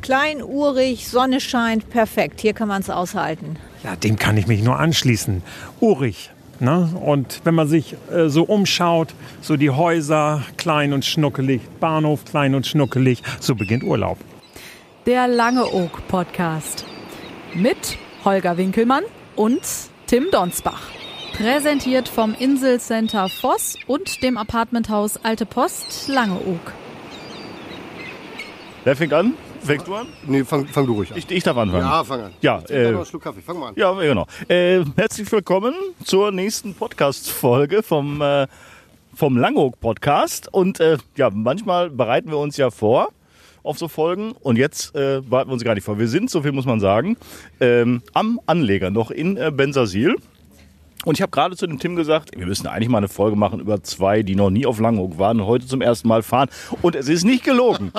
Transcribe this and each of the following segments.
Klein, urig, Sonne scheint, perfekt. Hier kann man es aushalten. Ja, dem kann ich mich nur anschließen. Urig. Ne? Und wenn man sich äh, so umschaut, so die Häuser klein und schnuckelig, Bahnhof klein und schnuckelig, so beginnt Urlaub. Der Lange Oak Podcast mit Holger Winkelmann und Tim Donsbach. Präsentiert vom Inselcenter Voss und dem Apartmenthaus Alte Post Langeoog. Wer fängt an? Fängst du an? Nee, fang, fang du ruhig an. Ich, ich darf anfangen. Ja, fang an. Ja, ich trinke äh, noch einen Schluck Kaffee. Fang mal an. ja genau. Äh, herzlich willkommen zur nächsten Podcast-Folge vom, äh, vom Langoog-Podcast. Und äh, ja, manchmal bereiten wir uns ja vor auf so Folgen und jetzt äh, bereiten wir uns gar nicht vor. Wir sind, so viel muss man sagen, ähm, am Anleger noch in äh, Bensasil. Und ich habe gerade zu dem Tim gesagt, wir müssen eigentlich mal eine Folge machen über zwei, die noch nie auf Langhoek waren und heute zum ersten Mal fahren. Und es ist nicht gelogen.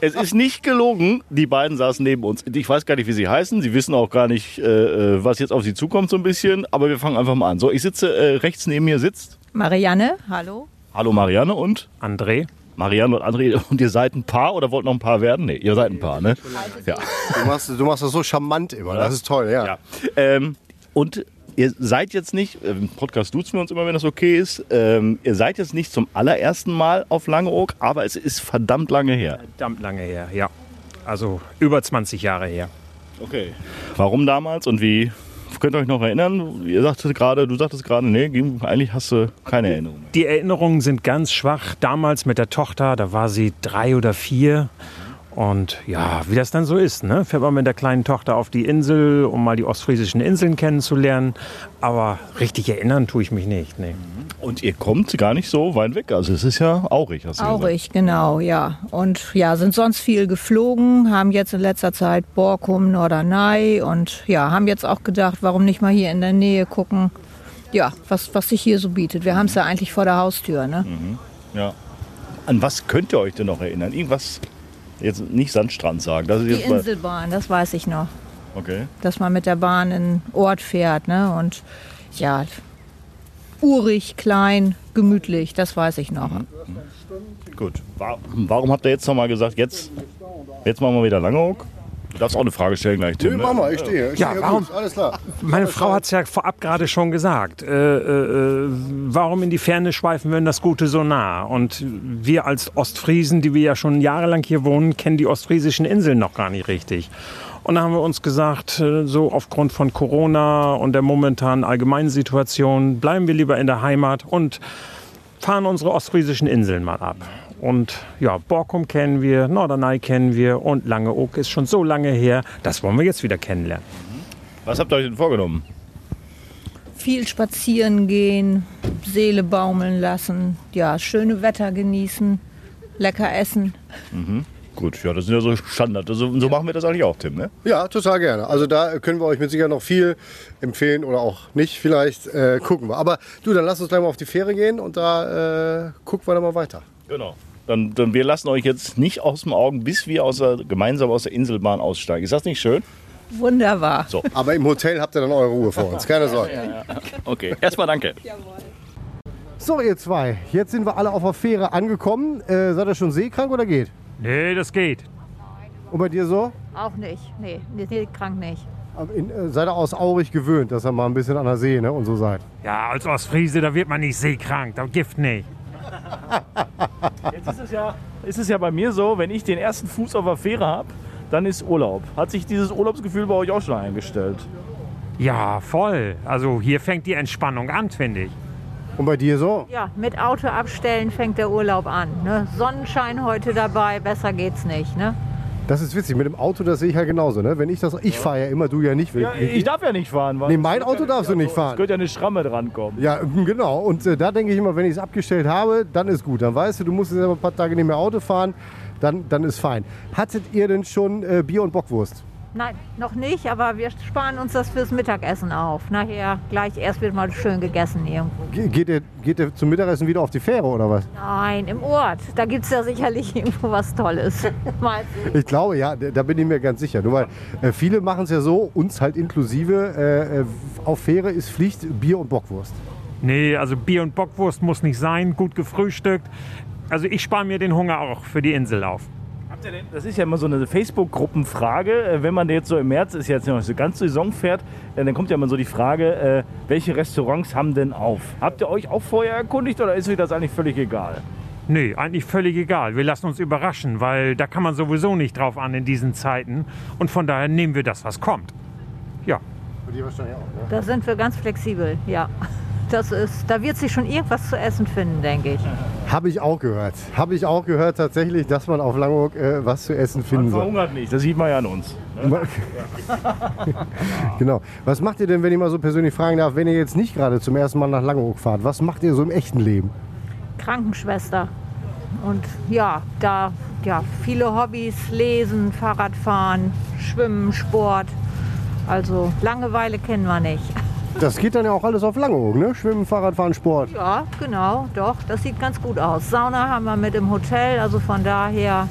es ist nicht gelogen. Die beiden saßen neben uns. Ich weiß gar nicht, wie sie heißen. Sie wissen auch gar nicht, äh, äh, was jetzt auf sie zukommt so ein bisschen. Aber wir fangen einfach mal an. So, ich sitze äh, rechts neben mir sitzt. Marianne, hallo. Hallo Marianne und André, Marianne und André. Und ihr seid ein Paar oder wollt noch ein Paar werden? Nee, ihr seid ein Paar, ne? Ja. Du machst, du machst das so charmant immer. Das ist toll, ja. Ja. Ähm, und ihr seid jetzt nicht, ähm, Podcast duzen wir uns immer, wenn das okay ist, ähm, ihr seid jetzt nicht zum allerersten Mal auf Langeoog, aber es ist verdammt lange her. verdammt lange her, ja. Also über 20 Jahre her. Okay. Warum damals und wie? Könnt ihr euch noch erinnern? Ihr sagtet gerade, du sagtest gerade, nee, eigentlich hast du keine Erinnerung mehr. Die Erinnerungen sind ganz schwach. Damals mit der Tochter, da war sie drei oder vier. Und ja, wie das dann so ist, ne? fährt man mit der kleinen Tochter auf die Insel, um mal die ostfriesischen Inseln kennenzulernen. Aber richtig erinnern tue ich mich nicht. Nee. Und ihr kommt gar nicht so weit weg. Also es ist ja aurig, hast du gesagt. Aurig, genau, ja. Und ja, sind sonst viel geflogen, haben jetzt in letzter Zeit Borkum, Norderney und ja, haben jetzt auch gedacht, warum nicht mal hier in der Nähe gucken, ja, was, was sich hier so bietet. Wir haben es ja eigentlich vor der Haustür, ne? Mhm. Ja. An was könnt ihr euch denn noch erinnern? Irgendwas, jetzt nicht Sandstrand sagen. Das ist Die jetzt mal- Inselbahn, das weiß ich noch. Okay. dass man mit der Bahn in den Ort fährt. Ne? Und ja, urig, klein, gemütlich, das weiß ich noch. Gut. Wa- Warum habt ihr jetzt nochmal gesagt, jetzt, jetzt machen wir wieder Langeoog? Du darfst auch eine Frage stellen gleich, Nö, Tim. ne? mach mal, ich stehe. Ich Ja, stehe warum? Gut, alles klar. Meine Frau hat es ja vorab gerade schon gesagt. Äh, äh, äh, warum in die Ferne schweifen, wenn das Gute so nah? Und wir als Ostfriesen, die wir ja schon jahrelang hier wohnen, kennen die ostfriesischen Inseln noch gar nicht richtig. Und da haben wir uns gesagt, äh, so aufgrund von Corona und der momentanen allgemeinen Situation, bleiben wir lieber in der Heimat und fahren unsere ostfriesischen Inseln mal ab. Und ja, Borkum kennen wir, Norderney kennen wir und Langeoog ist schon so lange her. Das wollen wir jetzt wieder kennenlernen. Was habt ihr euch denn vorgenommen? Viel spazieren gehen, Seele baumeln lassen, ja, schöne Wetter genießen, lecker essen. Gut, ja, das sind ja so Standard. also, So, so machen wir das eigentlich auch, Tim, ne? Ja, total gerne. Also da können wir euch mit Sicherheit noch viel empfehlen oder auch nicht. Vielleicht äh, gucken wir. Aber du, dann lass uns gleich mal auf die Fähre gehen und da äh, gucken wir dann mal weiter. Genau. Dann, dann wir lassen euch jetzt nicht aus dem Augen, bis wir aus der, gemeinsam aus der Inselbahn aussteigen. Ist das nicht schön? Wunderbar. Aber im Hotel habt ihr dann eure Ruhe vor uns. Keine Sorge. Okay. Erstmal danke. So, ihr zwei. Jetzt sind wir alle auf der Fähre angekommen. Äh, seid ihr schon seekrank oder geht? Nee, das geht. Und bei dir so? Auch nicht, nee, krank nicht. Aber In, äh, seid ihr aus Aurich gewöhnt, dass ihr mal ein bisschen an der See ne, und so seid? Ja, als Ostfriese, da wird man nicht seekrank, da Gift nicht. Jetzt ist es ja, ist es ja bei mir so, wenn ich den ersten Fuß auf der Fähre habe, dann ist Urlaub. Hat sich dieses Urlaubsgefühl bei euch auch schon eingestellt? Ja, voll. Also hier fängt die Entspannung an, finde ich. Und bei dir so? Ja, mit Auto abstellen fängt der Urlaub an. Ne? Sonnenschein heute dabei, besser geht's nicht. Ne? Das ist witzig, mit dem Auto, das sehe ich ja genauso. Ne? Wenn ich das, ich fahre ja immer, du ja nicht. Ja, ich darf ja nicht fahren, weil nee, mein Auto darfst du nicht es fahren. könnte ja eine Schramme drankommen. Ja, mm, genau. Und äh, da denke ich immer, wenn ich es abgestellt habe, dann ist gut. Dann weißt du, du musst jetzt aber ein paar Tage nicht mehr Auto fahren, dann, dann ist fein. Hattet ihr denn schon äh, Bier und Bockwurst? Nein, noch nicht, aber wir sparen uns das fürs Mittagessen auf. Nachher gleich erst wird mal schön gegessen irgendwo. Ge geht, ihr, geht ihr zum Mittagessen wieder auf die Fähre oder was? Nein, im Ort. Da gibt es ja sicherlich irgendwo was Tolles. Mal sehen. Ich glaube, ja, da da bin ich mir ganz sicher. Nur weil äh, viele machen es ja so, uns halt inklusive, äh, äh, auf Fähre ist Pflicht Bier und Bockwurst. Nee, also Bier und Bockwurst muss nicht sein, gut gefrühstückt. Also ich spare mir den Hunger auch für die Insel auf. Habt ihr denn, das ist ja immer so eine Facebook-Gruppenfrage. äh, Wenn man jetzt so im März ist, jetzt noch nicht so ganz Saison fährt, äh, dann kommt ja immer so die Frage, äh, welche Restaurants haben denn auf? Habt ihr euch auch vorher erkundigt oder ist euch das eigentlich völlig egal? Nee, eigentlich völlig egal. Wir lassen uns überraschen, weil da kann man sowieso nicht drauf an in diesen Zeiten. Und von daher nehmen wir das, was kommt. Ja. Bei dir wahrscheinlich auch, ne? Da sind wir ganz flexibel, ja. Das ist, da wird sich schon irgendwas zu essen finden, denke ich. Habe ich auch gehört. Habe ich auch gehört tatsächlich, dass man auf Langburg äh, was zu essen finden soll. Also, Verhungert nicht, das sieht man ja an uns. genau. Was macht ihr denn, wenn ich mal so persönlich fragen darf, wenn ihr jetzt nicht gerade zum ersten Mal nach Langeoog fahrt, was macht ihr so im echten Leben? Krankenschwester. Und ja, da ja, viele Hobbys, Lesen, Fahrradfahren, Schwimmen, Sport. Also Langeweile kennen wir nicht. Das geht dann ja auch alles auf Langeoog, ne? Schwimmen, Fahrradfahren, Sport. Ja, genau, doch, das sieht ganz gut aus. Sauna haben wir mit im Hotel, also von daher,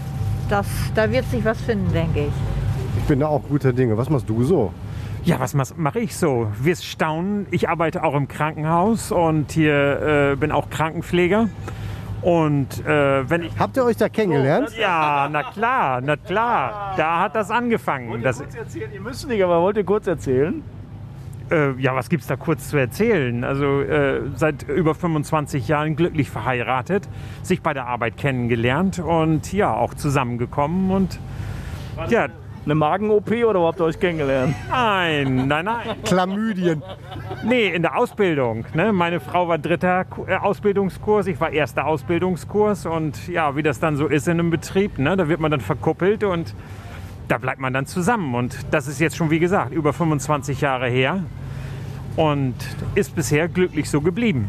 das, da wird sich was finden, denke ich. Ich bin da auch guter Dinge. Was machst du so? Ja, was mache ich so? Wirst staunen. Ich arbeite auch im Krankenhaus und hier äh, bin auch Krankenpfleger. Und äh, wenn ich. Habt ihr euch da kennengelernt? Ja, na klar, na klar. Da hat das angefangen. Das, erzählen? Ihr müsst nicht, aber wollt ihr kurz erzählen? äh, ja, was gibt's da kurz zu erzählen? Also äh, seit über 25 Jahren glücklich verheiratet, sich bei der Arbeit kennengelernt und ja, auch zusammengekommen und ja, Eine Magen-OP oder wo habt ihr euch kennengelernt? nein, nein, nein. Chlamydien. Nee, in der Ausbildung. Ne? Meine Frau war dritter Ku- äh, Ausbildungskurs, ich war erster Ausbildungskurs und ja, wie das dann so ist in einem Betrieb, ne? da wird man dann verkuppelt und da bleibt man dann zusammen. Und das ist jetzt schon, wie gesagt, über 25 Jahre her und ist bisher glücklich so geblieben.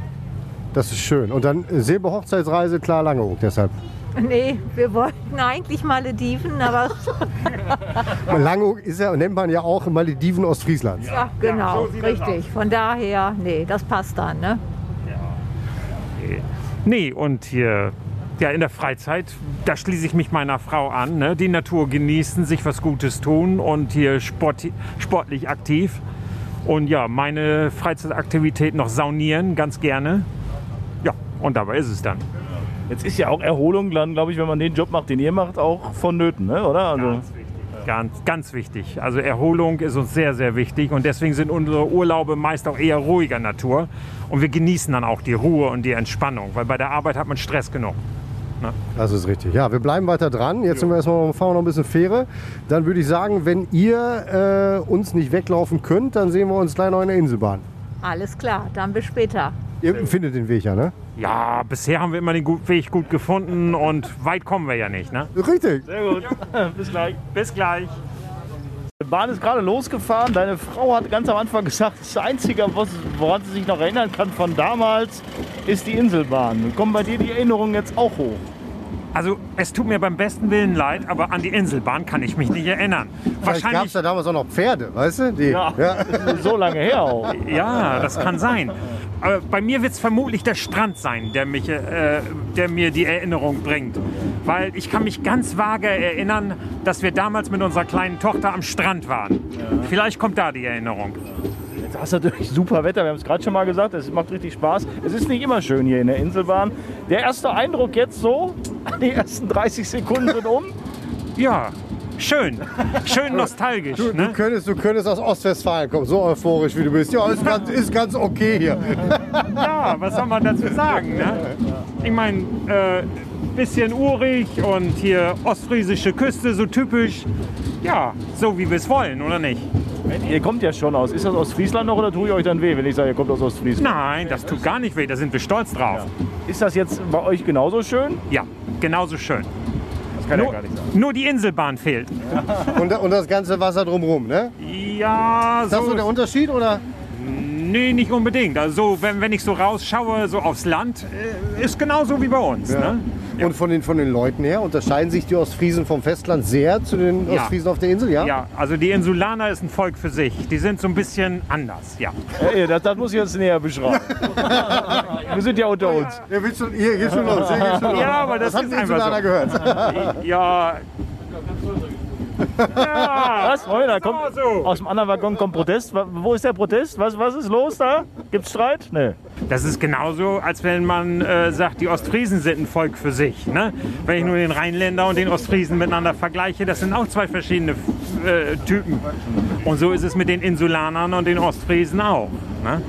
Das ist schön. Und dann äh, Silber Hochzeitsreise, klar Langeoog deshalb. Nee, wir wollten eigentlich Malediven, aber Langeoog ist ja, nennt man ja auch Malediven Ostfrieslands. ja, genau, richtig. Von daher, nee, das passt dann, ne? Nee, und hier, ja, in der Freizeit, da schließe ich mich meiner Frau an. Ne? Die Natur genießen, sich was Gutes tun und hier sport, sportlich aktiv. Und ja, meine Freizeitaktivität noch saunieren, ganz gerne. Ja, und dabei ist es dann. Jetzt ist ja auch Erholung dann, glaube ich, wenn man den Job macht, den ihr macht, auch vonnöten, ne? oder? Also, Ganz, ganz wichtig. Also Erholung ist uns sehr, sehr wichtig und deswegen sind unsere Urlaube meist auch eher ruhiger Natur und wir genießen dann auch die Ruhe und die Entspannung, weil bei der Arbeit hat man Stress genug. Das ist richtig. Ja, wir bleiben weiter dran. Jetzt sind wir erstmal beim Fahren noch ein bisschen Fähre. Dann würde ich sagen, wenn ihr äh, uns nicht weglaufen könnt, dann sehen wir uns gleich noch in der Inselbahn. Alles klar, dann bis später. Ihr findet den Weg ja, ne? Ja, bisher haben wir immer den gut- Weg gut gefunden und weit kommen wir ja nicht, ne? Richtig. sehr gut. Bis gleich. Bis gleich. Die Bahn ist gerade losgefahren. Deine Frau hat ganz am Anfang gesagt, das Einzige, was- woran sie sich noch erinnern kann von damals, ist die Inselbahn. Kommen bei dir die Erinnerungen jetzt auch hoch? Also, es tut mir beim besten Willen leid, aber an die Inselbahn kann ich mich nicht erinnern. Vielleicht gab es Wahrscheinlich, da damals auch noch Pferde, weißt du? Die, So lange her auch. ja, das kann sein. Aber bei mir wird es vermutlich der Strand sein, der, mich, äh, der mir die Erinnerung bringt. Weil ich kann mich ganz vage erinnern, dass wir damals mit unserer kleinen Tochter am Strand waren. Vielleicht kommt da die Erinnerung. Du hast natürlich super Wetter, wir haben es gerade schon mal gesagt, es macht richtig Spaß. Es ist nicht immer schön hier in der Inselbahn. Der erste Eindruck jetzt so, die ersten 30 Sekunden sind um. Ja, schön. Schön nostalgisch. Du, ne? du, könntest, du könntest aus Ostwestfalen kommen, so euphorisch wie du bist. Ja, ist ganz, ist ganz okay hier. Ja, Ah, was soll man dazu sagen? Ne? Ich meine, äh, bisschen urig und hier ostfriesische Küste, so typisch. Ja, so wie wir es wollen, oder nicht? Ihr kommt ja schon aus. Ist das aus Friesland noch oder tue ich euch dann weh, wenn ich sage, ihr kommt aus Ostfriesland? Nein, das tut gar nicht weh, da sind wir stolz drauf. Ist das jetzt bei euch genauso schön? Ja, genauso schön. Das kann Nur, nur die Inselbahn fehlt. Und, da- und das ganze Wasser drumherum, ne? Ja, Ist das so so. der Unterschied oder? Nee, nicht unbedingt. Also, so, wenn, wenn ich so rausschaue, so aufs Land, äh, ist genauso wie bei uns. Ne? Und von den, von den Leuten her unterscheiden sich die Ostfriesen vom Festland sehr zu den Ja. Ostfriesen auf der Insel, ja? Ja, also die Insulaner ist ein Volk für sich. Die sind so ein bisschen anders, ja. Ey, das, das muss ich jetzt näher beschreiben. wir sind ja unter uns. Ihr geht schon, ihr geht schon los. Ihr geht schon los. Ja, aber das das hat ist die einfach Insulaner so. gehört. Ja, Was? Moin, da kommt, so. aus dem anderen Waggon kommt Protest. Wa- Wo ist der Protest? Was, was ist los da? Gibt's Streit? Nee. Das ist genauso, als wenn man äh, sagt, die Ostfriesen sind ein Volk für sich. Ne? Wenn ich nur den Rheinländer und den Ostfriesen miteinander vergleiche, das sind auch zwei verschiedene äh, Typen. Und so ist es mit den Insulanern und den Ostfriesen auch. Ne?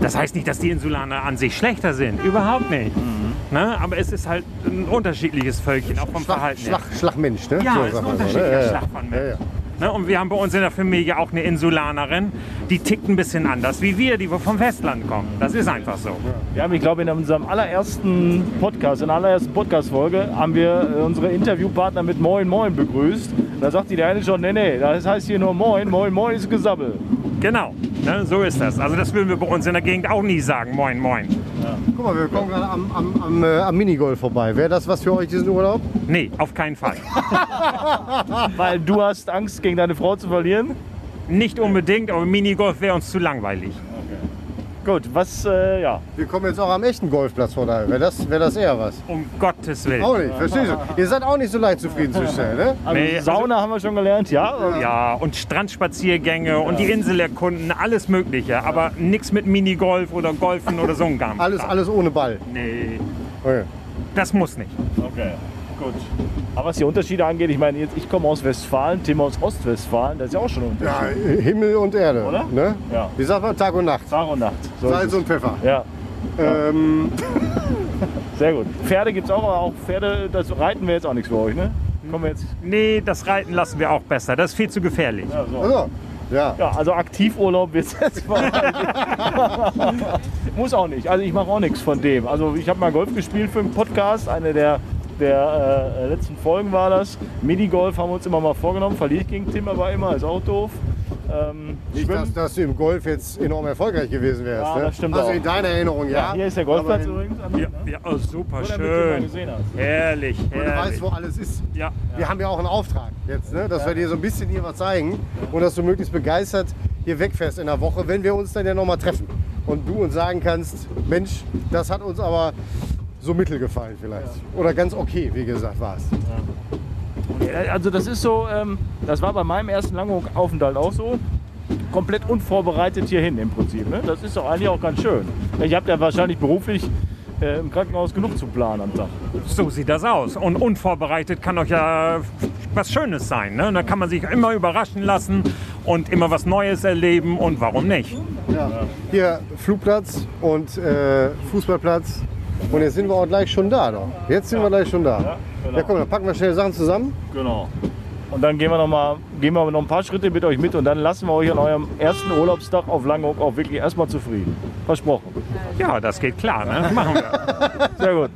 Das heißt nicht, dass die Insulaner an sich schlechter sind, überhaupt nicht. Mhm. Ne? Aber es ist halt ein unterschiedliches Völkchen, auch vom Schlag, Verhalten her. Schlag, Schlagmensch, ne? Ja, So ist sagt ein man so, ne? unterschiedlicher Ja, ja. Schlag von Ja, Menschen. ja. Ne, und wir haben bei uns in der Familie auch eine Insulanerin, die tickt ein bisschen anders wie wir, die vom Festland kommen. Das ist einfach so. Wir haben, ich glaube, in unserem allerersten Podcast, in der allerersten Podcast-Folge, haben wir äh, unsere Interviewpartner mit Moin Moin begrüßt. Da sagt die der eine schon, nee, nee, das heißt hier nur Moin, Moin Moin ist Gesabbel. Genau, ne, so ist das. Also das würden wir bei uns in der Gegend auch nie sagen, moin, moin. Guck mal, wir kommen gerade am, am, am, äh, am Minigolf vorbei. Wäre das was für euch, diesen Urlaub? Nee, auf keinen Fall. Weil du hast Angst, gegen deine Frau zu verlieren. Nicht unbedingt, aber Minigolf wäre uns zu langweilig. Gut, was, äh, ja. Wir kommen jetzt auch am echten Golfplatz vorbei. Wäre das, wär das eher was? Um Gottes Willen. Auch nicht, verstehst du? Ihr seid auch nicht so leicht zufriedenzustellen, ne? Also Nee, also- Sauna haben wir schon gelernt, ja. Ja, und Strandspaziergänge und die Insel erkunden, alles Mögliche. Aber nichts mit Minigolf oder Golfen oder so ein Gamm. Alles, alles ohne Ball. Oh Nee, Okay. das muss nicht. Okay, gut. Aber was die Unterschiede angeht, ich meine, jetzt, ich komme aus Westfalen, Tim aus Ostwestfalen, das ist ja auch schon ein Unterschied. Ja, Himmel und Erde. Oder? Ne? Ja. Wie sagt man? Tag und Nacht. Tag und Nacht. So ist Salz und Pfeffer. es. Ja, Ähm, sehr gut. Pferde gibt es auch, aber auch Pferde, das reiten wir jetzt auch nichts für euch, ne? Kommen wir jetzt. Nee, das Reiten lassen wir auch besser. Das ist viel zu gefährlich. Ja, so. also, ja. Ja, also Aktivurlaub wird jetzt mal. Muss auch nicht. Also ich mache auch nichts von dem. Also ich habe mal Golf gespielt für einen Podcast. Eine der, der äh, letzten Folgen war das. Minigolf haben wir uns immer mal vorgenommen. Verliere ich gegen Tim aber immer, ist auch doof. Ähm, Nicht, dass, dass du im Golf jetzt enorm erfolgreich gewesen wärst. Ja, ne? das stimmt Also auch. in deiner Erinnerung, ja. hier ist der Golfplatz Aber übrigens. Ja, ja oh, super Nur damit du mal schön. gesehen hast. Herrlich, Du weißt, herrlich. wo alles ist. Ja, Wir haben ja auch einen Auftrag jetzt, ne? dass wir dir so ein bisschen hier was zeigen und dass du möglichst begeistert hier wegfährst in der Woche, wenn wir uns dann ja nochmal treffen und du uns sagen kannst, Mensch, das hat uns aber so mittel gefallen vielleicht. Oder ganz okay, wie gesagt, war es. Also das ist so, ähm, das war bei meinem ersten Langhoch-Aufenthalt auch so. Komplett unvorbereitet hierhin im Prinzip. Ne? Das ist doch eigentlich auch ganz schön. Ich habe ja wahrscheinlich beruflich äh, im Krankenhaus genug zu planen am Tag. so sieht das aus. Und unvorbereitet kann doch ja was Schönes sein. Ne? Und da kann man sich immer überraschen lassen und immer was Neues erleben. Und warum nicht? Hier Flugplatz und äh, Fußballplatz. Und jetzt sind wir auch gleich schon da. Doch. Jetzt sind wir gleich schon da. Ja, genau. komm, dann packen wir schnell Sachen zusammen. Genau. Und dann gehen wir noch mal, gehen wir noch ein paar Schritte mit euch mit und dann lassen wir euch an eurem ersten Urlaubstag auf Langhock auch wirklich erstmal zufrieden. Versprochen. Ja, das geht klar. Ne? Machen wir. Sehr gut.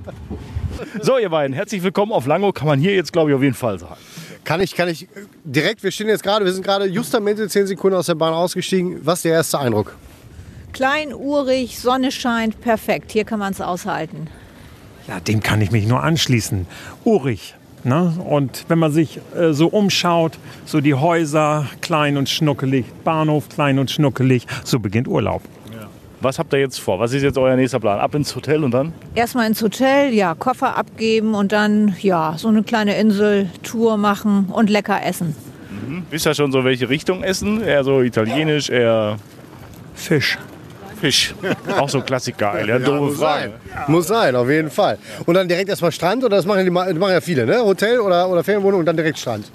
So, ihr beiden, herzlich willkommen auf Langhock, kann man hier jetzt, glaube ich, auf jeden Fall sagen. Kann ich, kann ich äh, direkt, wir stehen jetzt gerade, wir sind gerade justamente 10 Sekunden aus der Bahn ausgestiegen. Was ist der erste Eindruck? Klein, urig, Sonne scheint, perfekt. Hier kann man es aushalten. Ja, dem kann ich mich nur anschließen. Urig. Ne? Und wenn man sich äh, so umschaut, so die Häuser klein und schnuckelig, Bahnhof klein und schnuckelig, so beginnt Urlaub. Was habt ihr jetzt vor? Was ist jetzt euer nächster Plan? Ab ins Hotel und dann? Erstmal ins Hotel, ja, Koffer abgeben und dann, ja, so eine kleine Inseltour machen und lecker essen. Wisst ihr schon so, welche Richtung essen? Eher so italienisch, eher Fisch. Fisch. Auch so Klassiker, ja, doofe muss sein. Frage. Muss sein, auf jeden Fall. Und dann direkt erstmal Strand oder das machen, die, ma- das machen ja viele, ne? Hotel oder, oder Ferienwohnung und dann direkt Strand.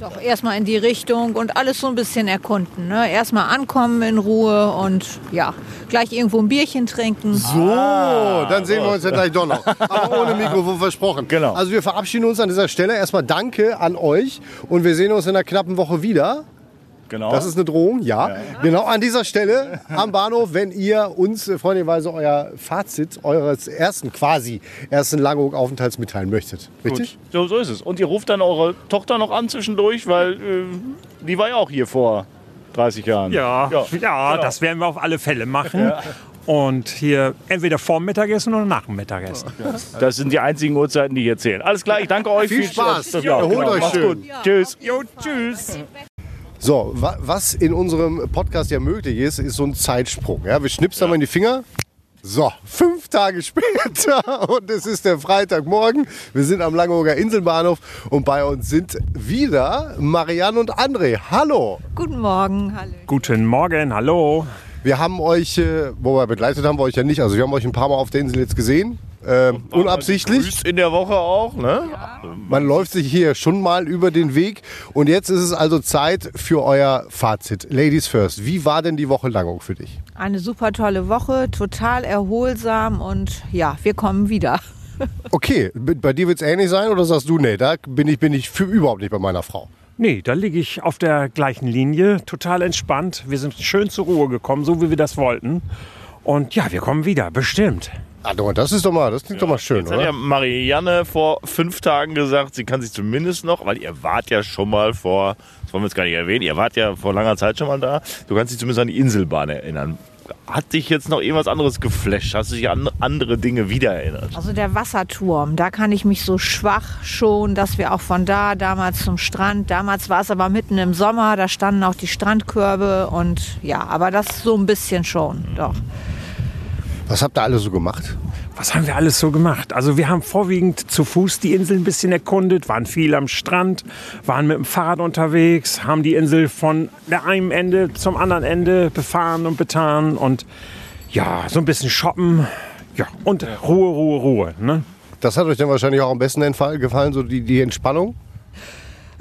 Doch erstmal in die Richtung und alles so ein bisschen erkunden. Ne? Erstmal ankommen in Ruhe und ja, gleich irgendwo ein Bierchen trinken. So, dann sehen wir uns ja gleich doch noch. Aber ohne Mikrofon versprochen. Genau. Also wir verabschieden uns an dieser Stelle. Erstmal danke an euch und wir sehen uns in einer knappen Woche wieder. Genau. Das ist eine Drohung, ja. Genau an dieser Stelle am Bahnhof, wenn ihr uns äh, freundlicherweise euer Fazit eures ersten, quasi ersten Langhoek-Aufenthalts mitteilen möchtet. Richtig? So, so ist es. Und ihr ruft dann eure Tochter noch an zwischendurch, weil äh, die war ja auch hier vor 30 Jahren. Ja, ja, genau. das werden wir auf alle Fälle machen. Und hier entweder vorm Mittagessen oder nach dem Mittagessen. Das sind die einzigen Uhrzeiten, die hier zählen. Alles klar, ich danke euch. Viel Spaß. Ja, Erholt genau. euch Macht's schön. gut. Tschüss. Jo, tschüss. So, wa was in unserem Podcast ja möglich ist, ist so ein Zeitsprung. Ja, wir schnipsen einmal in die Finger So, fünf Tage später und es ist der Freitagmorgen. Wir sind am Langeoger Inselbahnhof und bei uns sind wieder Marianne und André. Hallo! Guten Morgen, hallo. Guten Morgen, hallo. Wir haben euch, äh, wobei begleitet haben wir euch ja nicht, also wir haben euch ein paar Mal auf der Insel jetzt gesehen. Ähm, unabsichtlich. Grüßt in der Woche auch, ne? Man läuft sich hier schon mal über den Weg. Und jetzt ist es also Zeit für euer Fazit. Ladies first, wie war denn die Woche Langung für dich? Eine super tolle Woche, total erholsam und ja, wir kommen wieder. Okay, b- bei dir wird es ähnlich sein oder sagst du, nee, da bin ich, bin ich für überhaupt nicht bei meiner Frau. Nee, da liege ich auf der gleichen Linie, total entspannt. Wir sind schön zur Ruhe gekommen, so wie wir das wollten. Und ja, wir kommen wieder, bestimmt. Ah, doch, das ist doch mal, das klingt doch mal schön, Jetzt hat ja oder? Marianne vor fünf Tagen gesagt, sie kann sich zumindest noch, weil ihr wart ja schon mal vor, das wollen wir jetzt gar nicht erwähnen, ihr wart ja vor langer Zeit schon mal da, du kannst dich zumindest an die Inselbahn erinnern. Hat dich jetzt noch irgendwas anderes geflasht? Hast du dich an andere Dinge wieder erinnert? Also der Wasserturm, da kann ich mich so schwach schon, dass wir auch von da damals zum Strand, damals war es aber mitten im Sommer, da standen auch die Strandkörbe und ja, aber das so ein bisschen schon, doch. Was habt ihr alle so gemacht? Was haben wir alles so gemacht? Also wir haben vorwiegend zu Fuß die Insel ein bisschen erkundet, waren viel am Strand, waren mit dem Fahrrad unterwegs, haben die Insel von der einem Ende zum anderen Ende befahren und betan und ja, so ein bisschen shoppen. Ja, und Ruhe, Ruhe, Ruhe. Ne? Das hat euch dann wahrscheinlich auch am besten entfall- gefallen, so die, die Entspannung.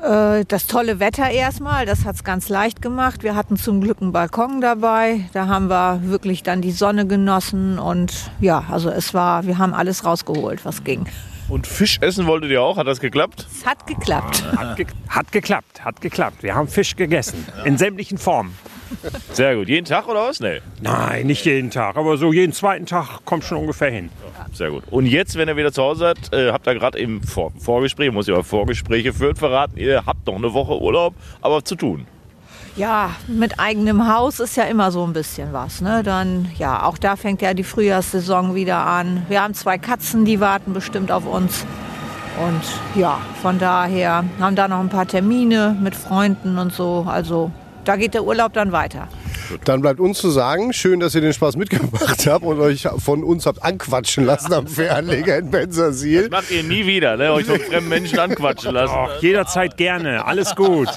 Äh, Das tolle Wetter erstmal, das hat's ganz leicht gemacht. Wir hatten zum Glück einen Balkon dabei. Da haben wir wirklich dann die Sonne genossen und ja, also es war, wir haben alles rausgeholt, was ging. Und Fisch essen wolltet ihr auch? Hat das geklappt? Es hat geklappt. Hat, ge hat geklappt, hat geklappt. Wir haben Fisch gegessen, in sämtlichen Formen. Sehr gut. Jeden Tag oder was? Nee. Nein, nicht jeden Tag, aber so jeden zweiten Tag kommt schon ungefähr hin. Sehr gut. Und jetzt, wenn ihr wieder zu Hause seid, äh, habt ihr gerade im Vor Vorgespräch, muss ich aber Vorgespräche führen, verraten, ihr habt noch eine Woche Urlaub, aber zu tun. Ja, mit eigenem Haus ist ja immer so ein bisschen was. Ne? Dann, ja, auch da fängt ja die Frühjahrssaison wieder an. Wir haben zwei Katzen, die warten bestimmt auf uns. Und ja, von daher haben da noch ein paar Termine mit Freunden und so. Also da geht der Urlaub dann weiter. Dann bleibt uns zu sagen, schön, dass ihr den Spaß mitgemacht habt und euch von uns habt anquatschen lassen am Fähranleger in Bensersiel. Macht ihr nie wieder, ne? euch von fremden Menschen anquatschen lassen. Auch jederzeit gerne, alles gut.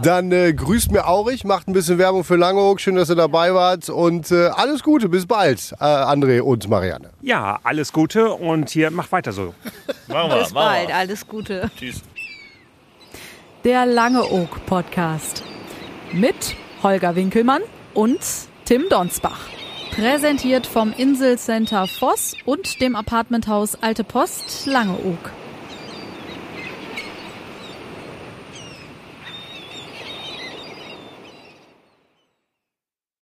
Dann äh, grüßt mir Aurich, macht ein bisschen Werbung für Langeoog. Schön, dass ihr dabei wart und äh, alles Gute, bis bald, äh, André und Marianne. Ja, alles Gute und hier, mach weiter so. Machen wir, Bis bald, alles Gute. Tschüss. Der Lange Oak Podcast mit Holger Winkelmann und Tim Donsbach. Präsentiert vom Inselcenter Voss und dem Apartmenthaus Alte Post Lange Oak.